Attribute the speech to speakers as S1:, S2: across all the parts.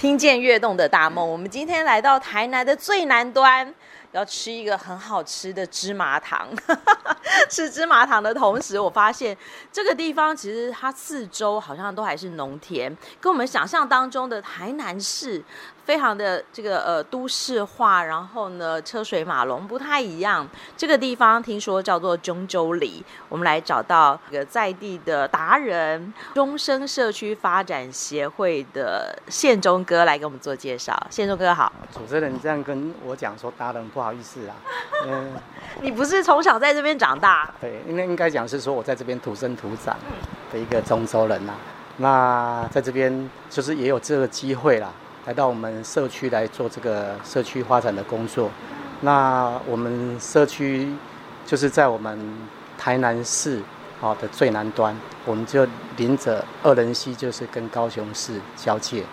S1: 听见跃动的大梦，我们今天来到台南的最南端，要吃一个很好吃的芝麻糖。 吃芝麻糖的同时，我发现这个地方其实它四周好像都还是农田，跟我们想象当中的台南市非常的这个呃都市化，然后呢车水马龙不太一样。这个地方听说叫做中州里，我们来找到一个在地的达人，中生社区发展协会的宪忠哥来给我们做介绍。宪忠哥好，
S2: 主持人这样跟我讲说，达人不好意思啊， 嗯，
S1: 你不是从小在这边长大？
S2: 对，应该应该讲是说我在这边土生土长的一个中州人呐、那在这边就是也有这个机会啦，来到我们社区来做这个社区发展的工作。那我们社区就是在我们台南市好的最南端，我们就临着二仁溪，就是跟高雄市交界。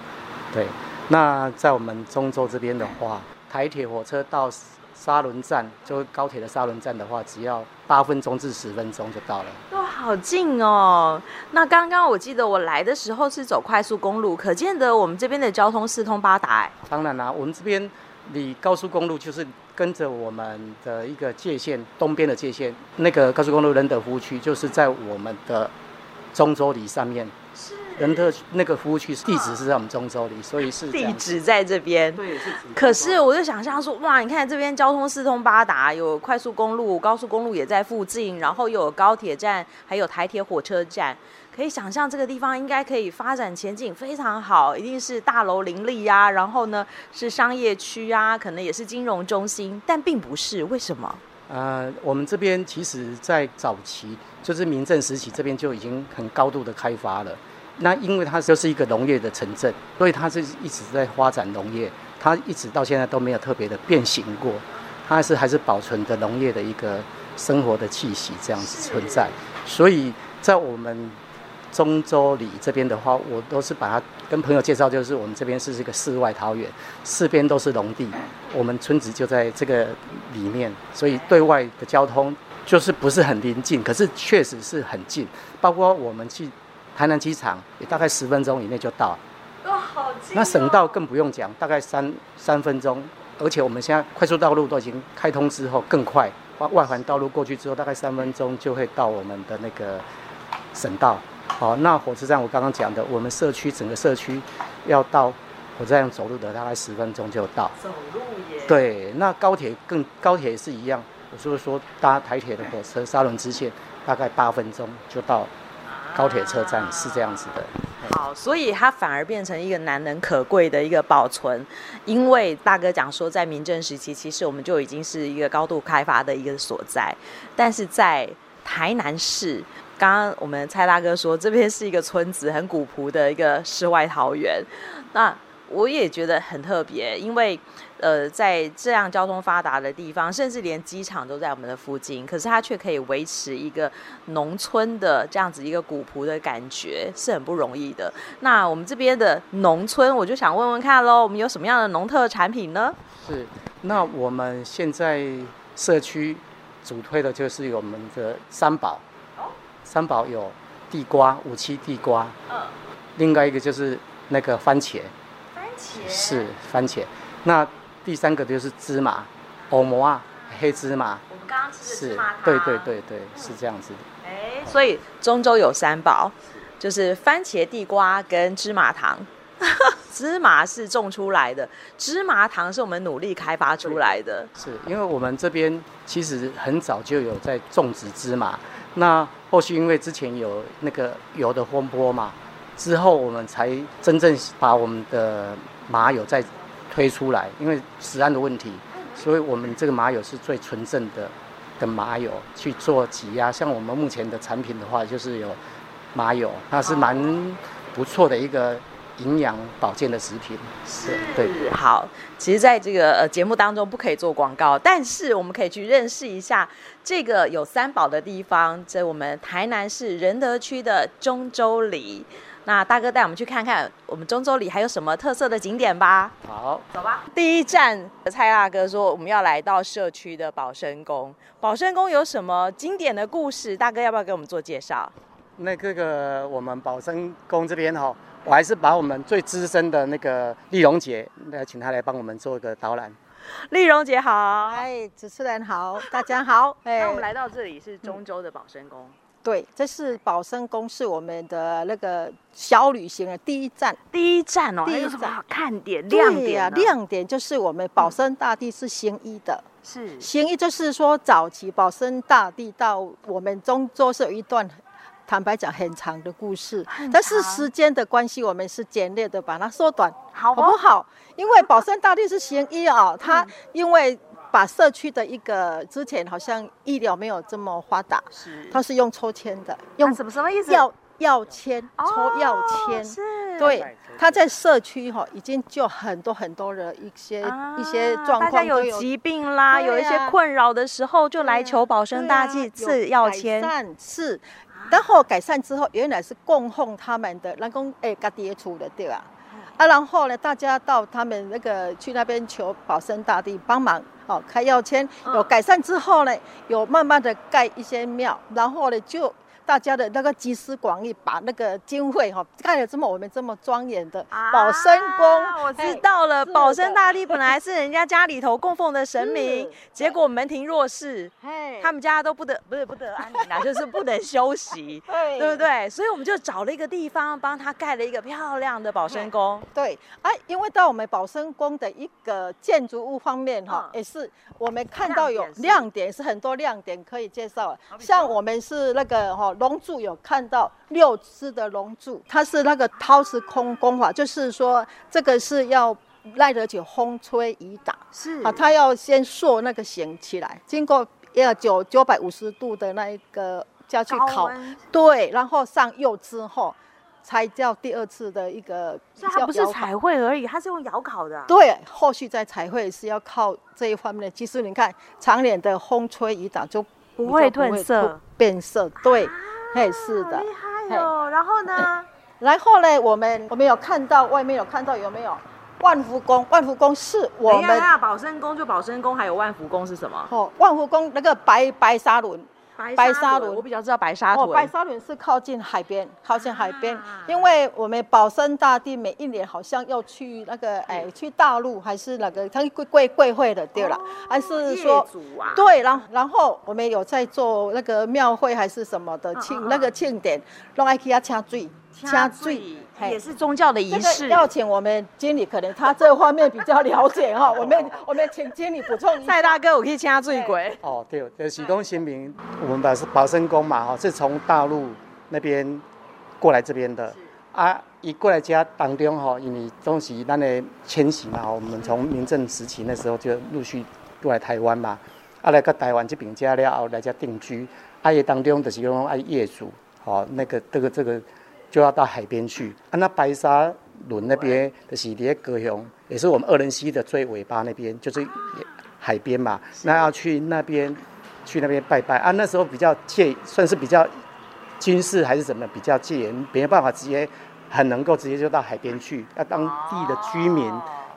S2: 对，那在我们中州这边的话，台铁火车到沙仑站，就是高铁的沙仑站的话，只要八分钟至十分钟就到了。
S1: 哇，好近哦！那刚刚我记得我来的时候是走快速公路，可见得我们这边的交通四通八达、哎
S2: 当然啦、我们这边离高速公路就是跟着我们的一个界限，东边的界限，那个高速公路仁德服务区就是在我们的中州里上面。
S1: 是
S2: 仁德那个服务区地址是在我们中州里，所以是这
S1: 地
S2: 样子。
S1: 址在这边。
S2: 对，是指
S1: 可是我就想象说，哇，你看这边交通四通八达，有快速公路、高速公路也在附近，然后又有高铁站，还有台铁火车站，可以想象这个地方应该可以发展前景非常好，一定是大楼林立呀、然后呢是商业区啊，可能也是金融中心，但并不是，为什么？
S2: 呃，我们这边其实在早期，就是民政时期，这边就已经很高度的开发了。那因为它就是一个农业的城镇，所以它是一直在发展农业，它一直到现在都没有特别的变形过，它还是还是保存着农业的一个生活的气息这样子存在。所以在我们中州里这边的话，我都是把它跟朋友介绍，就是我们这边是一个世外桃源，四边都是农地，我们村子就在这个里面，所以对外的交通就是不是很临近，可是确实是很近，包括我们去台南机场也大概十分钟以内就到，
S1: 哇，好近
S2: 那省道更不用讲，大概三三分钟，而且我们现在快速道路都已经开通之后更快，外外环道路过去之后大概三分钟就会到我们的那个省道。好，那火车站我刚刚讲的，我们社区整个社区要到火车站走路的大概十分钟就到。
S1: 走路耶。
S2: 对，那高铁更高铁也是一样，我就是说搭台铁的火车沙仑支线，大概八分钟就到高铁车站，是这样子的。
S1: 好，所以它反而变成一个难能可贵的一个保存，因为大哥讲说，在民政时期，其实我们就已经是一个高度开发的一个所在，但是在台南市，刚刚我们蔡大哥说，这边是一个村子，很古朴的一个世外桃源，那。我也觉得很特别，因为，呃，在这样交通发达的地方，甚至连机场都在我们的附近，可是它却可以维持一个农村的这样子一个古朴的感觉，是很不容易的。那我们这边的农村，我就想问问看喽，我们有什么样的农特产品呢？
S2: 是，那我们现在社区主推的就是我们的三宝，三宝有地瓜、五七地瓜，
S1: 嗯，
S2: 另外一个就是那个番茄，
S1: 番茄
S2: 是番茄，那第三个就是芝麻，欧摩啊，黑芝麻，
S1: 我们刚刚
S2: 是，对对。对对，是这样子的。
S1: 哎，所以中州有三宝，就是番茄、地瓜跟芝麻糖。 芝麻是种出来的，芝麻糖是我们努力开发出来的。
S2: 是因为我们这边其实很早就有在种植芝麻，那后续因为之前有那个油的风波嘛，之后我们才真正把我们的麻油再推出来，因为食安的问题，所以我们这个麻油是最纯正的的麻油去做挤压。像我们目前的产品的话，就是有麻油，那是蛮不错的一个营养保健的食品。是对。
S1: 好，其实在这个呃节目当中不可以做广告，但是我们可以去认识一下这个有三宝的地方，在我们台南市仁德区的中州里。那大哥带我们去看看我们中州里还有什么特色的景点吧。
S2: 好，
S1: 走吧。第一站，呃蔡大哥说我们要来到社区的保生宫。保生宫有什么经典的故事？大哥要不要给我们做介绍？
S2: 那这个我们宝生宫这边哈、我还是把我们最资深的那个丽蓉姐来请她来帮我们做一个导览。
S1: 丽蓉姐好。
S3: 哎，主持人好，大家 好。哎
S1: 那我们来到这里是中州的保生宫，
S3: 对，这是保生宫，是我们的那个小旅行的第一站。
S1: 第一站哦，
S3: 第一
S1: 还有什么
S3: 站
S1: 好看点亮
S3: 对
S1: 点啊
S3: 呀
S1: 呢？
S3: 亮点就是我们保生大帝是行医的，
S1: 是
S3: 行医就是说早期保生大帝到我们中州是有一段。坦白讲，很长的故事
S1: 很，
S3: 但是
S1: 长
S3: 时间的关系，我们是简略的把它缩短。
S1: 好
S3: 好不
S1: 哦，嗯
S3: 好？因为保生大帝是行医啊、他因为把社区的一个之前好像医疗没有这么发达，
S1: 是
S3: 他是用抽签的，
S1: 用
S3: 用
S1: 什么什么意思？
S3: 药药签
S1: 哦
S3: 抽药签。
S1: 是，
S3: 对，他在社区哈、已经救很多很多人一些、
S1: 啊
S3: 一些状
S1: 大家
S3: 况都
S1: 有疾病啦，
S3: 对
S1: 有一些
S3: 呀
S1: 困扰的时候，就来求保生大
S3: 对啊
S1: 帝
S3: 有
S1: 赐药
S3: 改
S1: 签。啊
S3: 善是，然后改善之后，原来是供奉他们的，人讲诶，家己的厝了对吧？
S1: 嗯
S3: 啊，然后呢，大家到他们那个去那边求保生大帝帮忙，哦，开药签
S1: 嗯
S3: 有改善之后呢，有慢慢的盖一些庙，然后呢就。大家的那个集思广益，把那个经费哈、盖了这么我们这么庄严的
S1: 啊
S3: 保生宫，
S1: 我知
S3: 嘿
S1: 道了。
S3: 是
S1: 保生
S3: 的
S1: 大帝本来是人家家里头供奉的神明
S3: 是，
S1: 结果门庭若市，
S3: 嘿，
S1: 他们家都不得不是不得安宁啦，就是不能休息
S3: 对
S1: 对不对？所以我们就找了一个地方，帮他盖了一个漂亮的保生宫。
S3: 对，啊，因为到我们保生宫的一个建筑物方面哈、
S1: 嗯
S3: 也是我们看到有
S1: 亮点是
S3: 亮点，是很多亮点可以介绍的。
S1: 比说
S3: 像我们是那个哈、龙柱有看到六只的龙柱，它是那个陶瓷空工法，就是说这个是要耐得久风吹雨打，
S1: 是
S3: 好，它要先塑那个形起来，经过要九九百五十度的那一个下去
S1: 高
S3: 烤，
S1: 温
S3: 对，然后上釉之后。才叫第二次的一个，
S1: 所以它不是
S3: 叫窑烤
S1: 彩绘而已，它是用窑烤的啊。
S3: 对，后续在彩绘是要靠这一方面的技术。你看，常年的风吹雨打就
S1: 不
S3: 你就
S1: 会褪色
S3: 不变色。对，嘿，是
S1: 好
S3: 的
S1: 厉。害哦。然后呢？
S3: 然后呢，我们我们有看到外面有看到有没有万福宫？万福宫是我
S1: 等一下
S3: 们
S1: 那保生宫就保生宫，还有万福宫是什么？
S3: 哦，万福宫那个白白沙轮。白沙
S1: 轮，
S3: 轮
S1: 我比较知道白沙
S3: 哦，
S1: 屯。
S3: 白沙仑是靠近海边，靠近海边，
S1: 啊
S3: 因为我们保生大帝每一年好像要去那个，哎，去大陆还是哪个，他贵贵贵会的，对了，还是说
S1: 哦业主啊
S3: 对，然后然后我们有在做那个庙会还是什么的庆、
S1: 嗯嗯
S3: 那个庆典，让爱去他掐醉，嘿
S1: 也是宗教的仪
S3: 这
S1: 式
S3: 个。要请我们经理，可能他这方面比较了 解哈、我们我们请经理补充一下。
S1: 蔡大哥，我可以掐醉鬼。
S2: 哦，对，呃，许东新民，我们保保生宫嘛，哈，是从大陆那边过来这边的。啊，一过来家当中哈，因为当时咱的迁徙嘛，吼我们从民政时期那时候就陆续过来台湾嘛，啊来到台湾这边家了后来家定居，啊也当中就是讲啊业主，吼、那个这个这个就要到海边去，啊那白沙仑那边就是离高雄，也是我们二人溪的最尾巴那边，就是也海边嘛，那要去那边去那边拜拜啊，那时候比较介算是比较军事还是怎么比较戒严，没有办法直接很能够直接就到海边去，要当地的居民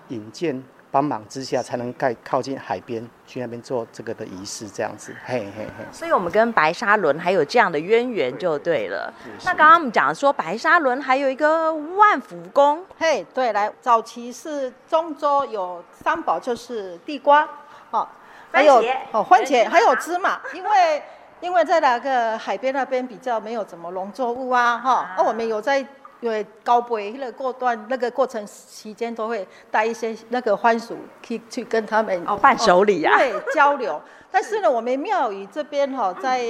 S2: 引荐帮忙之下，才能盖靠近海边去那边做这个的仪式，这样子，嘿嘿嘿。
S1: 所以我们跟白沙轮还有这样的渊源就对了。那刚刚我们讲说白沙轮还有一个万福宫，
S3: 嘿，对，来，早期是中州有三宝，就是地瓜，哦，还有
S1: 番茄
S3: 哦
S1: 还
S3: 番
S1: 有芝
S3: 茄，
S1: 麻
S3: 还有芝麻，因为 因为在那个海边那边比较没有怎么农作物啊，哈、
S1: 啊
S3: 哦，我们有在。因为高杯那个过段那个过程期间都会带一些那个番薯去去跟他们
S1: 哦伴手 礼啊
S3: 对交流。但是呢，我们庙宇这边哈、在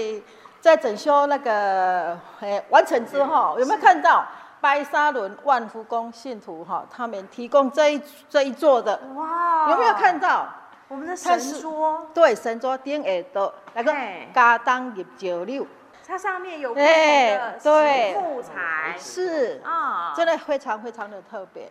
S3: 在整修那个诶、完成之后，有没有看到白沙仑万福宫信徒哈、他们提供这一这一座的，
S1: 哇
S3: 有没有看到？
S1: 我们的
S3: 它
S1: 神
S3: 是
S1: 桌？
S3: 对，神桌顶下的那个
S1: 嘿
S3: 家当入九六
S1: 它上面有不同
S3: 哎
S1: 的
S3: 对
S1: 石木材
S3: 是
S1: 啊，哦
S3: 真
S1: 的
S3: 的非常非常的特别。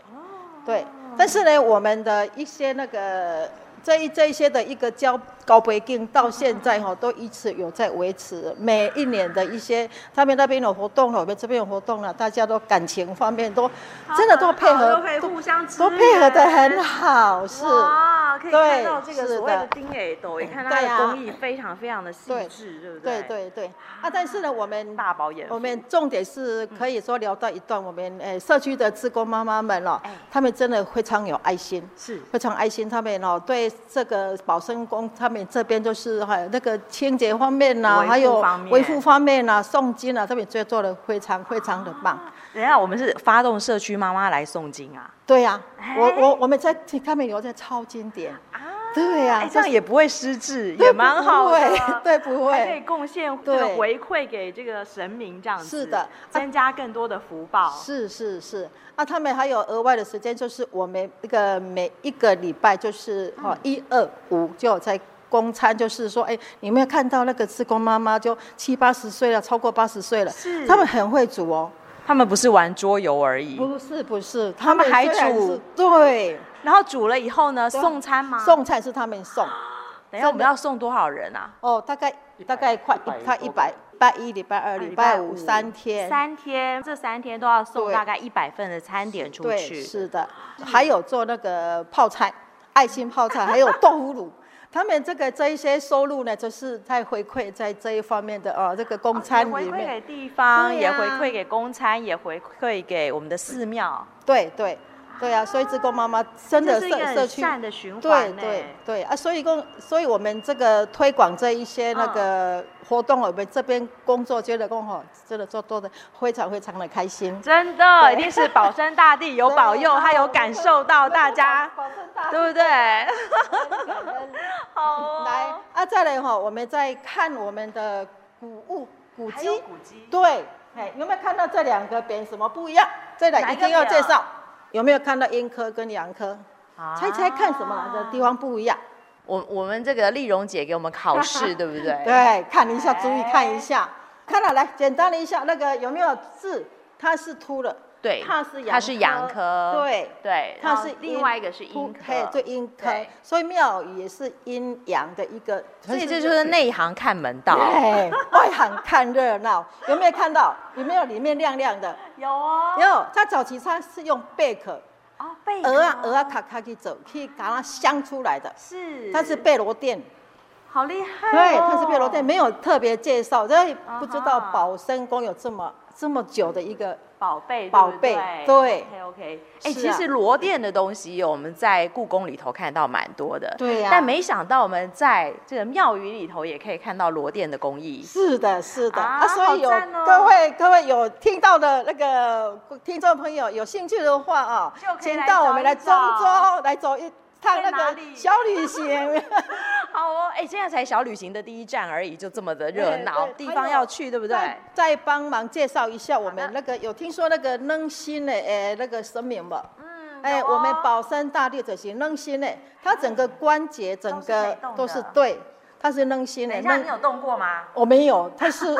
S3: 对，但是呢，我们的一些那个这一这一些的一个交高杯镜，到现在
S1: 哦
S3: 哈、都一直有在维持，每一年的一些他们那边有活动了，我们这边有活动啊了，大家都感情方面都真的都配合
S1: 都可以互相支
S3: 都
S1: 援
S3: 配合的很好，是。
S1: 哇哇，可以看到这
S3: 对
S1: 个
S3: 是
S1: 所谓的
S3: 的
S1: 丁磊斗，也看
S3: 嗯
S1: 它
S3: 对
S1: 的
S3: 啊
S1: 工艺非常非常的细
S3: 对
S1: 致，对不
S3: 对
S1: 对？
S3: 对对啊！但是呢，我们
S1: 大嗯饱眼福
S3: 我们重点是可以说聊到一段，我们呃社区的志工妈妈们哦
S1: 哎，
S3: 她们真的非常有爱心，
S1: 是
S3: 非常爱心。她们哦，对这个保生宫，他们这边就是还有那个清洁方面呐、
S1: 维护
S3: 还有
S1: 方面
S3: 维护方面呐、诵经啊，这边做做的非常非常的棒。
S1: 等一下我们是发动社区妈妈来诵经啊
S3: 对呀、
S1: 哎
S3: 我我我们在他们留在超经典，
S1: 啊，
S3: 对呀、
S1: 哎，
S3: 是
S1: 这样也不会失智， 也蛮好的。
S3: 对不
S1: 还可以
S3: 会？
S1: 贡献这个
S3: 对
S1: 回馈给这个神明，这样子
S3: 是的啊
S1: 增加更多的福报。
S3: 是是是，啊，他们还有额外的时间，就是我们那个每一个礼拜就是
S1: 嗯
S3: 哦一二五就有在公餐，就是说，哎，你有没有看到那个志工妈妈就七八十岁了，超过八十岁了，
S1: 是
S3: 他们很会煮哦，
S1: 他们不是玩桌游而已，
S3: 不是不是，
S1: 他们还
S3: 虽然是
S1: 煮，
S3: 对，
S1: 然后煮了以后呢，
S3: 对啊
S1: 送餐吗？。
S3: 送菜是他们送。
S1: 等一下我们要送多少人啊？
S3: 哦，大概
S2: 一百
S3: 大概快
S2: 一百
S3: 快
S2: 多
S3: 一百，礼拜一、礼拜
S1: 啊
S3: 二、呃礼拜五三天，
S1: 三天，这三天都要送
S3: 对
S1: 大概一百份的餐点出
S3: 对，
S1: 去。
S3: 是的，还有做那个泡菜，爱心 泡菜，还有豆腐乳。他们这个这一些收入呢，就是在回馈在这一方面的哦，这个
S1: 哦
S3: 公餐
S1: 也回
S3: 里
S1: 馈
S3: 面，
S1: 给地方，
S3: 对
S1: 也
S3: 啊
S1: 回馈给公餐，也回馈给我们的寺庙，
S3: 对对对啊，所以志工妈妈真的
S1: 这
S3: 社
S1: 是一个
S3: 社
S1: 很
S3: 区。
S1: 善的循
S3: 对
S1: 环欸呢。
S3: 对对啊，所以公，所以我们这个推广这一些那
S1: 嗯
S3: 个活动，我们这边工作觉得工吼，真的做多的非常非常的开心。
S1: 真的，
S3: 对
S1: 一定是保生大帝有保佑，他有感受到大 家，对不对？ 好哦，
S3: 来啊，再来哈、我们再看我们的古物古
S1: 还有
S3: 迹，
S1: 古迹，
S3: 对，哎，有没有看到这两个匾什么不一样？这
S1: 哪
S3: 两
S1: 一
S3: 一
S1: 个
S3: 定要
S1: 匾啊
S3: 介绍。有没有看到燕科跟杨科？
S1: 啊
S3: 猜猜看什么的地？方不一样？
S1: 我我们这个丽蓉姐给我们考 试，对不对？
S3: 对，看一下，注意看一下，看了来，简单的一下，那个有没有字？它是凸的，
S1: 对，
S3: 它是
S1: 它是
S3: 杨
S1: 杨科，
S3: 对，
S1: 对，
S3: 它
S1: 然后
S3: 是
S1: 另
S3: 阴
S1: 外一个是
S3: 凸
S1: 阴科，
S3: 嘿，对，阴科
S1: 对，
S3: 所以庙宇也是阴阳的一个，
S1: 所以这就是内行看门道。
S3: 对，外行看热闹，有没有看到？有没有里面亮亮的？
S1: 有哦，
S3: 有，它早期它是用贝壳、
S1: 哦，贝
S3: 鹅啊、
S1: 壳
S3: 鹅啊、卡卡去走，去把它镶出来的。
S1: 是，
S3: 它是贝罗甸，
S1: 好厉害、哦，
S3: 对，它是贝罗甸，没有特别介绍，所以
S1: 啊哈
S3: 不知道保生宫有这么这么久的一个。
S1: 宝贝，
S3: 宝贝对
S1: OK OK，哎、
S3: 是
S1: 其
S3: 啊
S1: 实罗甸的东西我们在故宫里头看到蛮多的，
S3: 对呀
S1: 但没想到我们在这个庙宇里头也可以看到罗甸的工艺。
S3: 是的，是的
S1: 啊
S3: 啊，所以有
S1: 好赞哦
S3: 各位各位有听到的那个听众朋友有兴趣的话啊
S1: 就可以，
S3: 请
S1: 来
S3: 到
S1: 找
S3: 我们
S1: 一
S3: 来中
S1: 找
S3: 州来走一趟
S1: 在
S3: 那
S1: 哪
S3: 个
S1: 里
S3: 小 旅行。
S1: 好哦，哎、现在才小旅行的第一站而已，就这么的热闹，
S3: 对对
S1: 地方要去，对不对？
S3: 再再帮忙介绍一下我
S1: 好
S3: 们
S1: 的
S3: 那个有听说那个扔心的诶那个神明吧？
S1: 嗯
S3: 哎，
S1: 有哦
S3: 我们宝山大帝这些扔心嘞，它整个关节整个
S1: 嗯都
S3: 都
S1: 是
S3: 是
S1: 可以动的
S3: 对，它是扔心
S1: 等
S3: 嘞。
S1: 一下，
S3: 扔
S1: 你有动过吗？
S3: 我没有，它是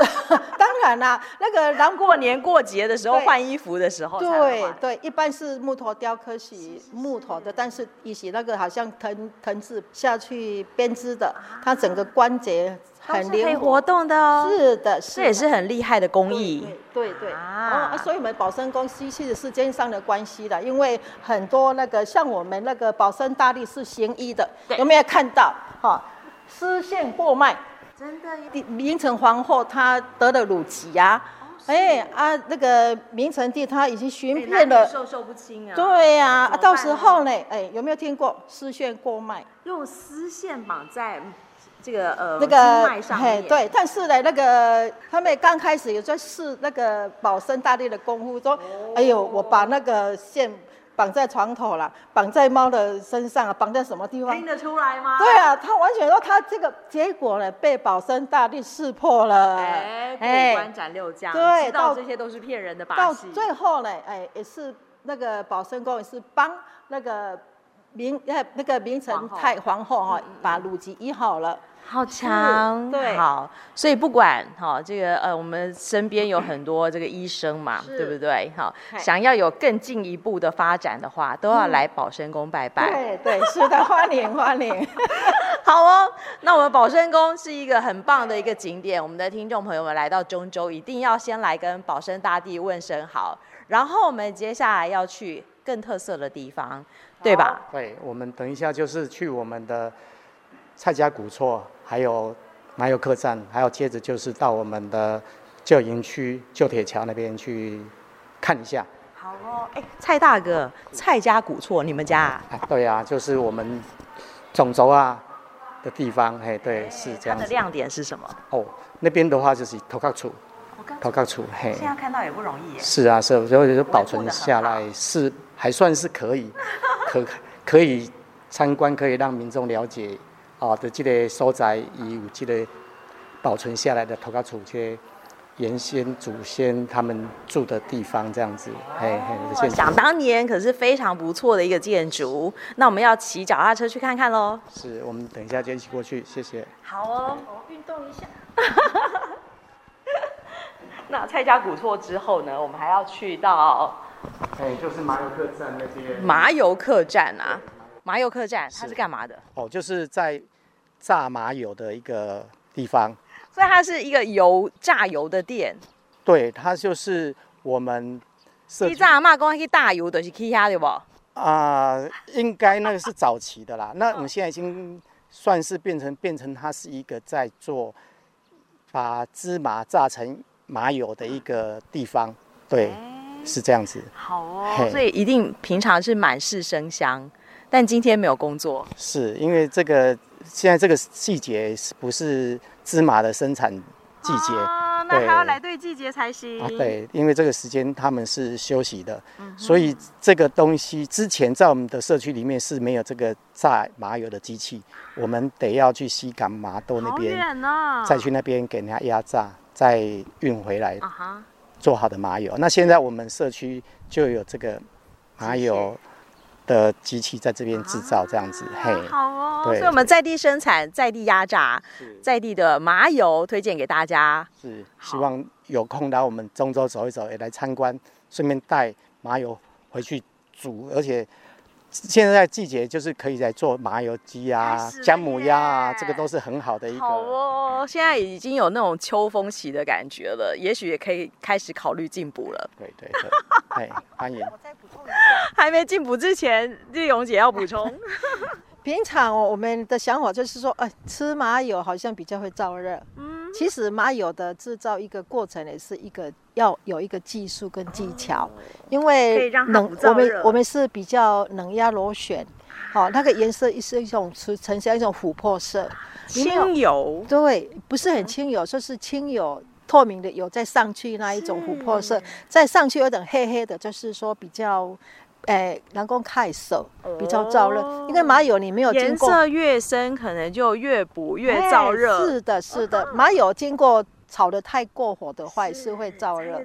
S3: 当然啦，那个狼
S1: 过年过节的时候
S3: 对
S1: 换衣服的时候才会
S3: 对
S1: 换
S3: 对，一般是木头雕刻洗木头的，但是一洗那个好像藤藤制下去编织的，它整个关节
S1: 啊都是
S3: 很
S1: 可以
S3: 灵
S1: 活
S3: 活。
S1: 动的哦，
S3: 是的，是
S1: 这也
S3: 的
S1: 是很厉害的工
S3: 对
S1: 艺。
S3: 对对对
S1: 啊
S3: 啊、哦，所以我们保生宫西气的是肩上的关系的，因为很多那个像我们那个保生大帝是行医的
S1: 对，
S3: 有没有看到？哈、丝线过脉，
S1: 真的耶
S3: 明成皇后她得了乳疾啊，
S1: 哦
S3: 哎、啊，那个明成帝他已经
S1: 哎
S3: 寻
S1: 男
S3: 遍
S1: 女
S3: 了。
S1: 授受不亲啊！，
S3: 对呀、啊
S1: 怎么
S3: 到
S1: 办
S3: 时
S1: 呢
S3: 候呢，哎，有没有听过丝线过脉？
S1: 用丝线绑在这个呃
S3: 那
S1: 经
S3: 个
S1: 脉上
S3: 嘿
S1: 面，
S3: 对，但是呢，那个他们刚开始有在试那个保生大帝的功夫，说，
S1: 哦
S3: 哎呦，我把那个线绑在床头了，绑在猫的身上啊，绑在什么地方
S1: 听？得出来吗？
S3: 对啊，他完全说他这个结果呢，被保生大帝识破了。
S1: 哎，过关斩六将，
S3: 对
S1: 知道
S3: 到
S1: 这些都是骗人的把
S3: 到
S1: 戏。
S3: 最后呢，哎，也是那个保生宫也是帮那个明哎那个明
S1: 皇
S3: 成
S1: 后嗯
S3: 太皇后哈、把乳疾医好了。
S1: 好强，
S3: 对
S1: 好，所以不管哈、这个呃，我们身边有很多这个医生嘛，
S3: 是
S1: 对不对？好，
S3: 嗨
S1: 想要有更进一步的发展的话，都
S3: 嗯
S1: 要来保生宫拜拜。
S3: 对对，是的，欢迎欢迎。
S1: 好哦，那我们宝生宫是一个很棒的一个景点，我们的听众朋友们来到中州一定要先来跟宝生大帝问声好，然后我们接下来要去更特色的地方，对吧？
S2: 对，我们等一下就是去我们的蔡家古厝，还有马友客栈，还有接着就是到我们的旧营区旧铁桥那边去看一下。
S1: 好哦，哎，蔡大哥，蔡家古厝，你们家、啊？
S2: 啊，对啊，就是我们总轴啊的地方，嘿，对，是这
S1: 它
S2: 样
S1: 的
S2: 子。
S1: 亮点是什么？
S2: 哦，那边的话就是头壳处，
S1: 我刚
S2: 头壳处，嘿。
S1: 现在看到也不容易耶。
S2: 是啊，是啊，所以就保
S1: 维护
S2: 存
S1: 得很
S2: 下来是还算是可以，可可以参观，可以让民众了解啊的这个所在，伊有这个保存下来的头家厝，这个原先祖先他们住的地方这样子，嘿嘿，
S1: 哦
S2: 现
S1: 想当年可是非常不错的一个建筑，那我们要骑脚踏车去看看喽。
S2: 是我们等一下就一起过去，谢谢。
S1: 好哦，
S3: 哦，运动一下。
S1: 那蔡家古厝之后呢，我们还要去到
S2: 哎，就是马友客站那边
S1: 麻油客栈啊。麻油客栈它是干嘛的？
S2: 哦，就是在炸麻油的一个地方。
S1: 所以它是一个油榨油的店。
S2: 对，它就是我们社
S1: 你
S2: 区
S1: 早阿妈讲去大油就是去遐对不？
S2: 啊、应该那个是早期的啦。那我们现在已经算是变成变成它是一个在做把芝麻榨成麻油的一个地方，对，是这样子。
S1: 好哦
S2: 嘿
S1: 所以一定平常是满室生香，但今天没有工作。
S2: 是因为这个现在这个季节是不是芝麻的生产季节？
S1: 哦，
S2: 那还要对来
S1: 对季节才行
S2: 啊，对，因为这个时间他们是休息的，
S1: 嗯
S2: 所以这个东西之前在我们的社区里面是没有这个榨麻油的机器，我们得要去西港麻豆那
S1: 哦
S2: 边。
S1: 呢
S2: 再去那边给人家压榨，再运回来
S1: 啊哈，
S2: 做好的麻油。那现在我们社区就有这个麻油的机器在这边制造，这样子，嘿，
S1: 好哦
S2: 对
S1: 所以我们在地生产、在地压榨、在地的麻油推荐给大家。
S2: 是
S1: 好
S2: 希望有空来我们中州走一走，也来参观，顺便带麻油回去煮，而且。现在季节就是可以来做麻油鸡
S1: 开
S2: 啊
S1: 始、了
S2: 姜母鸭啊，
S1: 耶
S2: 这个都是很好的一个。
S1: 好哦，现在已经有那种秋风起的感觉了，也许也可以开始考虑进补了。
S2: 对对对，哎，欢迎。
S3: 我再补充一下，
S1: 还没进补之前，丽蓉姐要补充。
S3: 平常哦我们的想法就是说，哎，吃麻油好像比较会燥热。
S1: 嗯，
S3: 其实麻油的制造一个过程也是一个要有一个技术跟技巧，因
S1: 哦可以
S3: 为
S1: 让它
S3: 冷
S1: 不燥
S3: 我们
S1: 热
S3: 我们是比较冷压螺旋，好、那个颜色是一种呈呈现一种琥珀色，里面有
S1: 清油
S3: 对，不是很清油，就是清油透明的油再上去那一种琥珀色
S1: 嗯是，
S3: 再上去有点黑黑的，就是说比较。哎诶，人工开手比较燥热，
S1: 哦
S3: 因为麻油你没有经
S1: 颜
S3: 过
S1: 色越深，可能就越补越燥
S3: 哎
S1: 热。嗯
S3: 是的，是的，麻油经过炒的太过火的话，也是会燥热。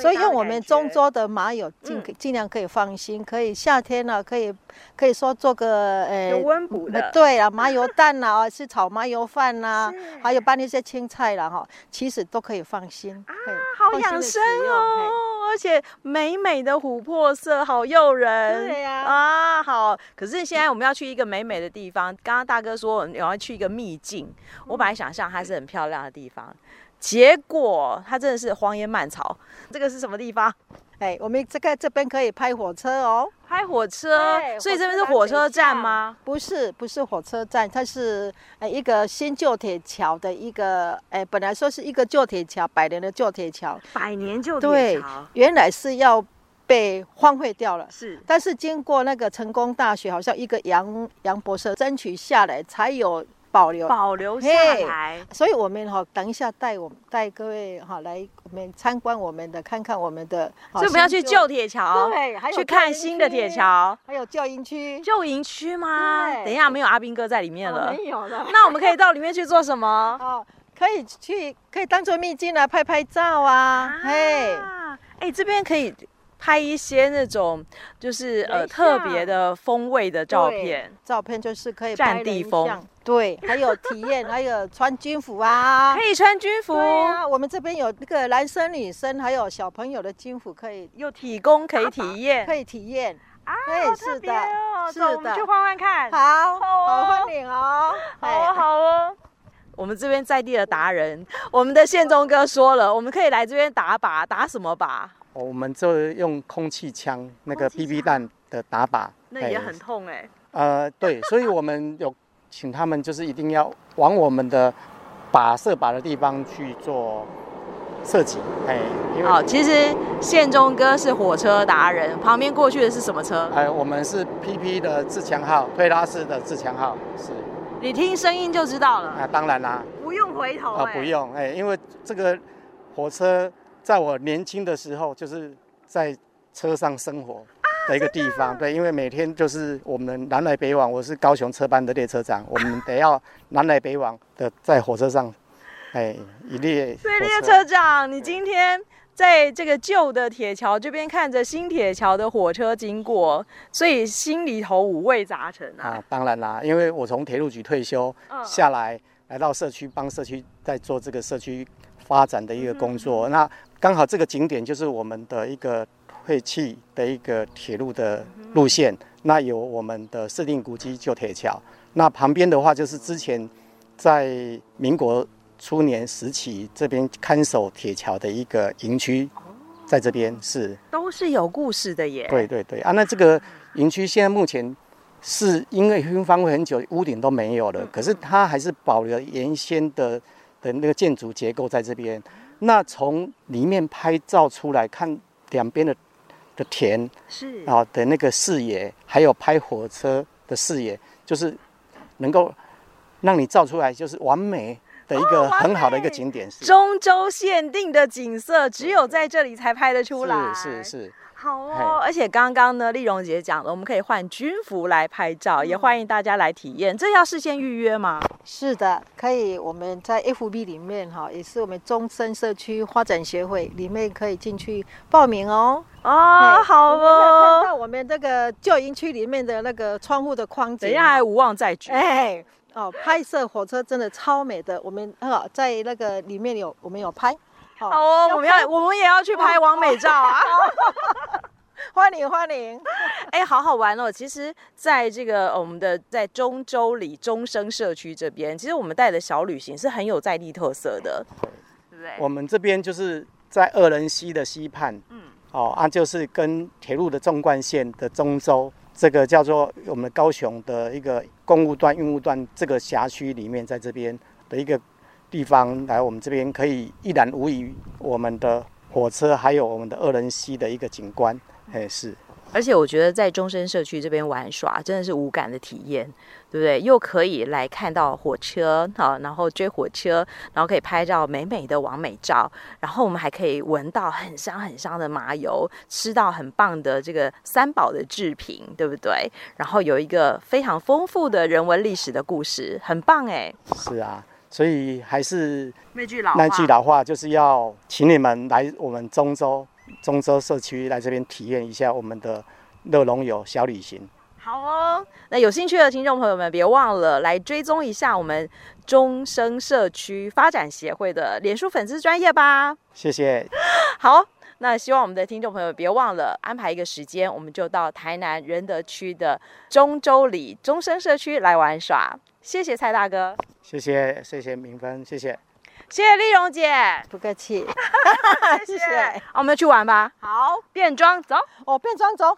S3: 所以用我们中州的麻油，尽
S1: 嗯
S3: 尽量可以放心，可以夏天呢、可以可以说做个呃
S1: 有温补的
S3: 对啊，麻油蛋啦、啊， 是炒麻油饭啦、还有拌一些青菜啦哈，其实都可以放心。啊
S1: 好养生哦。，而且美美的琥珀色，好诱人。
S3: 对呀
S1: 啊，好。可是现在我们要去一个美美的地方。刚刚大哥说我们要去一个秘境，我
S3: 嗯
S1: 本来想象它是很漂亮的地方，结果它真的是荒烟蔓草。这个是什么地方？
S3: 哎，我们这个这边可以拍火车哦。
S1: 拍火车，
S3: 对
S1: 所以这边是
S3: 南
S1: 火
S3: 北
S1: 车站
S3: 向
S1: 吗？？
S3: 不是，不是火车站，它是呃一个新旧铁桥的一个，哎，本来说是一个旧铁桥，百年的旧铁桥，
S1: 百年旧
S3: 对，原来是要被荒废掉了。
S1: 是
S3: 但是经过那个成功大学，好像一个杨杨博士争取下来，才有保留。
S1: 保留下
S3: 嘿
S1: 来。
S3: 所以我们哈、等一下带我们带各位哈、来我们参观我们的，看看我们的。哈
S1: 所以我们要去
S3: 新
S1: 旧铁桥，
S3: 对，还有
S1: 去
S3: 旧
S1: 看
S3: 营
S1: 新的铁
S3: 区，
S1: 桥。
S3: 还有教营区。
S1: 旧营区吗？
S3: 对哦
S1: 等一下，没有阿兵哥在里面了。
S3: 没有了。
S1: 那我们可以到里面去做什么？
S3: 哦，可以去，可以当做秘境来拍拍照啊， 嘿，
S1: 啊，哎、这边可以拍一些那种就是呃
S3: 人像
S1: 特别的风味的照片
S3: 对，，照片就是可以
S1: 占
S3: 拍
S1: 地
S3: 人
S1: 风
S3: 像，对，还有体验，还有穿军服啊
S1: 可，以穿军服，
S3: 对啊，我们这边有那个男生、女生，还有小朋友的军服可以
S1: 有体工可以体验
S3: 可以体验，
S1: 啊
S3: 对
S1: 好
S3: 是
S1: 特别
S3: 的
S1: 哦
S3: 是
S1: 走，我们
S3: 的
S1: 去换换看。
S3: 好，
S1: 好哦
S3: 好欢迎哦，
S1: 好哦，
S3: 哎
S1: 好哦。我们这边在地的达人，我们的宪宗哥说了，我们可以来这边打靶，打什么靶？
S2: 哦我们就用空气枪那个
S1: 空气
S2: BB 弹的打靶
S1: 那也很痛
S3: 欸
S1: 哎、
S2: 呃，对，所以我们有请他们，就是一定要往我们的靶射靶的地方去做射击，哎，因为
S1: 好，其实宪忠哥是火车达人，旁边过去的是什么车？
S2: 哎，我们是 PP 的自强号，推拉式的自强号，是
S1: 你听声音就知道了，
S2: 啊，当然啦，
S1: 不用回头、
S2: 啊，
S1: 哎
S2: 不。用，哎，因为这个火车在我年轻的时候就是在车上生活
S1: 啊
S2: 的一个地方，对，因为每天就是我们南来北往，我是高雄车班的列车 长，我们得要南来北往的在火车上，哎，一列
S1: 所以
S2: 火
S1: 列车长，你今天在这个旧的铁桥这边看着新铁桥的火车经过，所以心里头五味杂陈啊。
S2: 啊，当然啦，因为我从铁路局退休、
S1: 嗯
S2: 下来，来到社区帮社区在做这个社区发展的一个工作。那刚好这个景点就是我们的一个废弃的一个铁路的路线，那有我们的市定古迹旧铁桥，那旁边的话就是之前在民国初年时期这边看守铁桥的一个营区，在这边是。
S1: 都是有故事的耶。
S2: 对对对啊，那这个营区现在目前是因为已经荒废很久，屋顶都没
S1: 嗯
S2: 有了，可是它还是保留原先的的那个建筑结构在这边。那从里面拍照出来看两边的的田
S1: 嗯是
S2: 啊的那个视野，还有拍火车的视野，就是能够让你照出来就是完美的一
S1: 哦
S2: 个很好的一个景点。是
S1: 中州限定的景色，只有在这里才拍得出来。
S2: 是是是，
S1: 好
S2: 嘿
S1: 哦，而且刚刚呢，丽蓉姐讲了，我们可以换军服来拍照，也欢迎大家来体验。这要事先预约吗？
S3: 是的，可以。我们在 FB 里面哈，也是我们终身社区发展协会里面可以进去报名哦。
S1: 哦，
S3: 嘿
S1: 好
S3: 你有没有看
S1: 哦
S3: 到。我们这个旧营区里面的那个窗户的框景
S1: 等一，下还无望再举。
S3: 哎，哦，拍摄火车真的超美的。我们呃在那个里面有我们有拍，
S1: 好哦，我们要我们也要去拍完美照啊！
S3: 欢迎欢迎。
S1: 哎，好好玩哦！其实，在这个呃我们的在中州里中生社区这边，其实我们带的小旅行是很有在地特色的，对不对？
S2: 我们这边就是在二仁溪的溪畔，嗯，哦啊，就是跟铁路的纵贯线的中州，这个叫做我们高雄的一个公务段、运务段这个辖区里面，在这边的一个地方来，我们这边可以一览无遗我们的火车，还有我们的二仁溪的一个景观，哎是。
S1: 而且我觉得在中山社区这边玩耍真的是无感的体验，对不对？又可以来看到火车，好，然后追火车，然后可以拍照美美的完美照，然后我们还可以闻到很香很香的麻油，吃到很棒的这个三宝的制品，对不对？然后有一个非常丰富的人文历史的故事，很棒哎！
S2: 是啊，所以还是
S1: 那句老
S2: 那句老话，就是要请你们来我们中州中州社区来这边体验一下我们的乐龙游小旅行。
S1: 好哦，那有兴趣的听众朋友们，别忘了来追踪一下我们中生社区发展协会的脸书粉丝专业吧。
S2: 谢谢，
S1: 好，那希望我们的听众朋友别忘了安排一个时间，我们就到台南仁德区的中州里中生社区来玩耍。谢谢蔡大哥，
S2: 谢谢，谢谢明芬，谢谢。
S1: 谢谢丽蓉姐，
S3: 不客气，
S1: 啊我们去玩吧，
S3: 好，
S1: 变装走。
S3: 哦我变装走。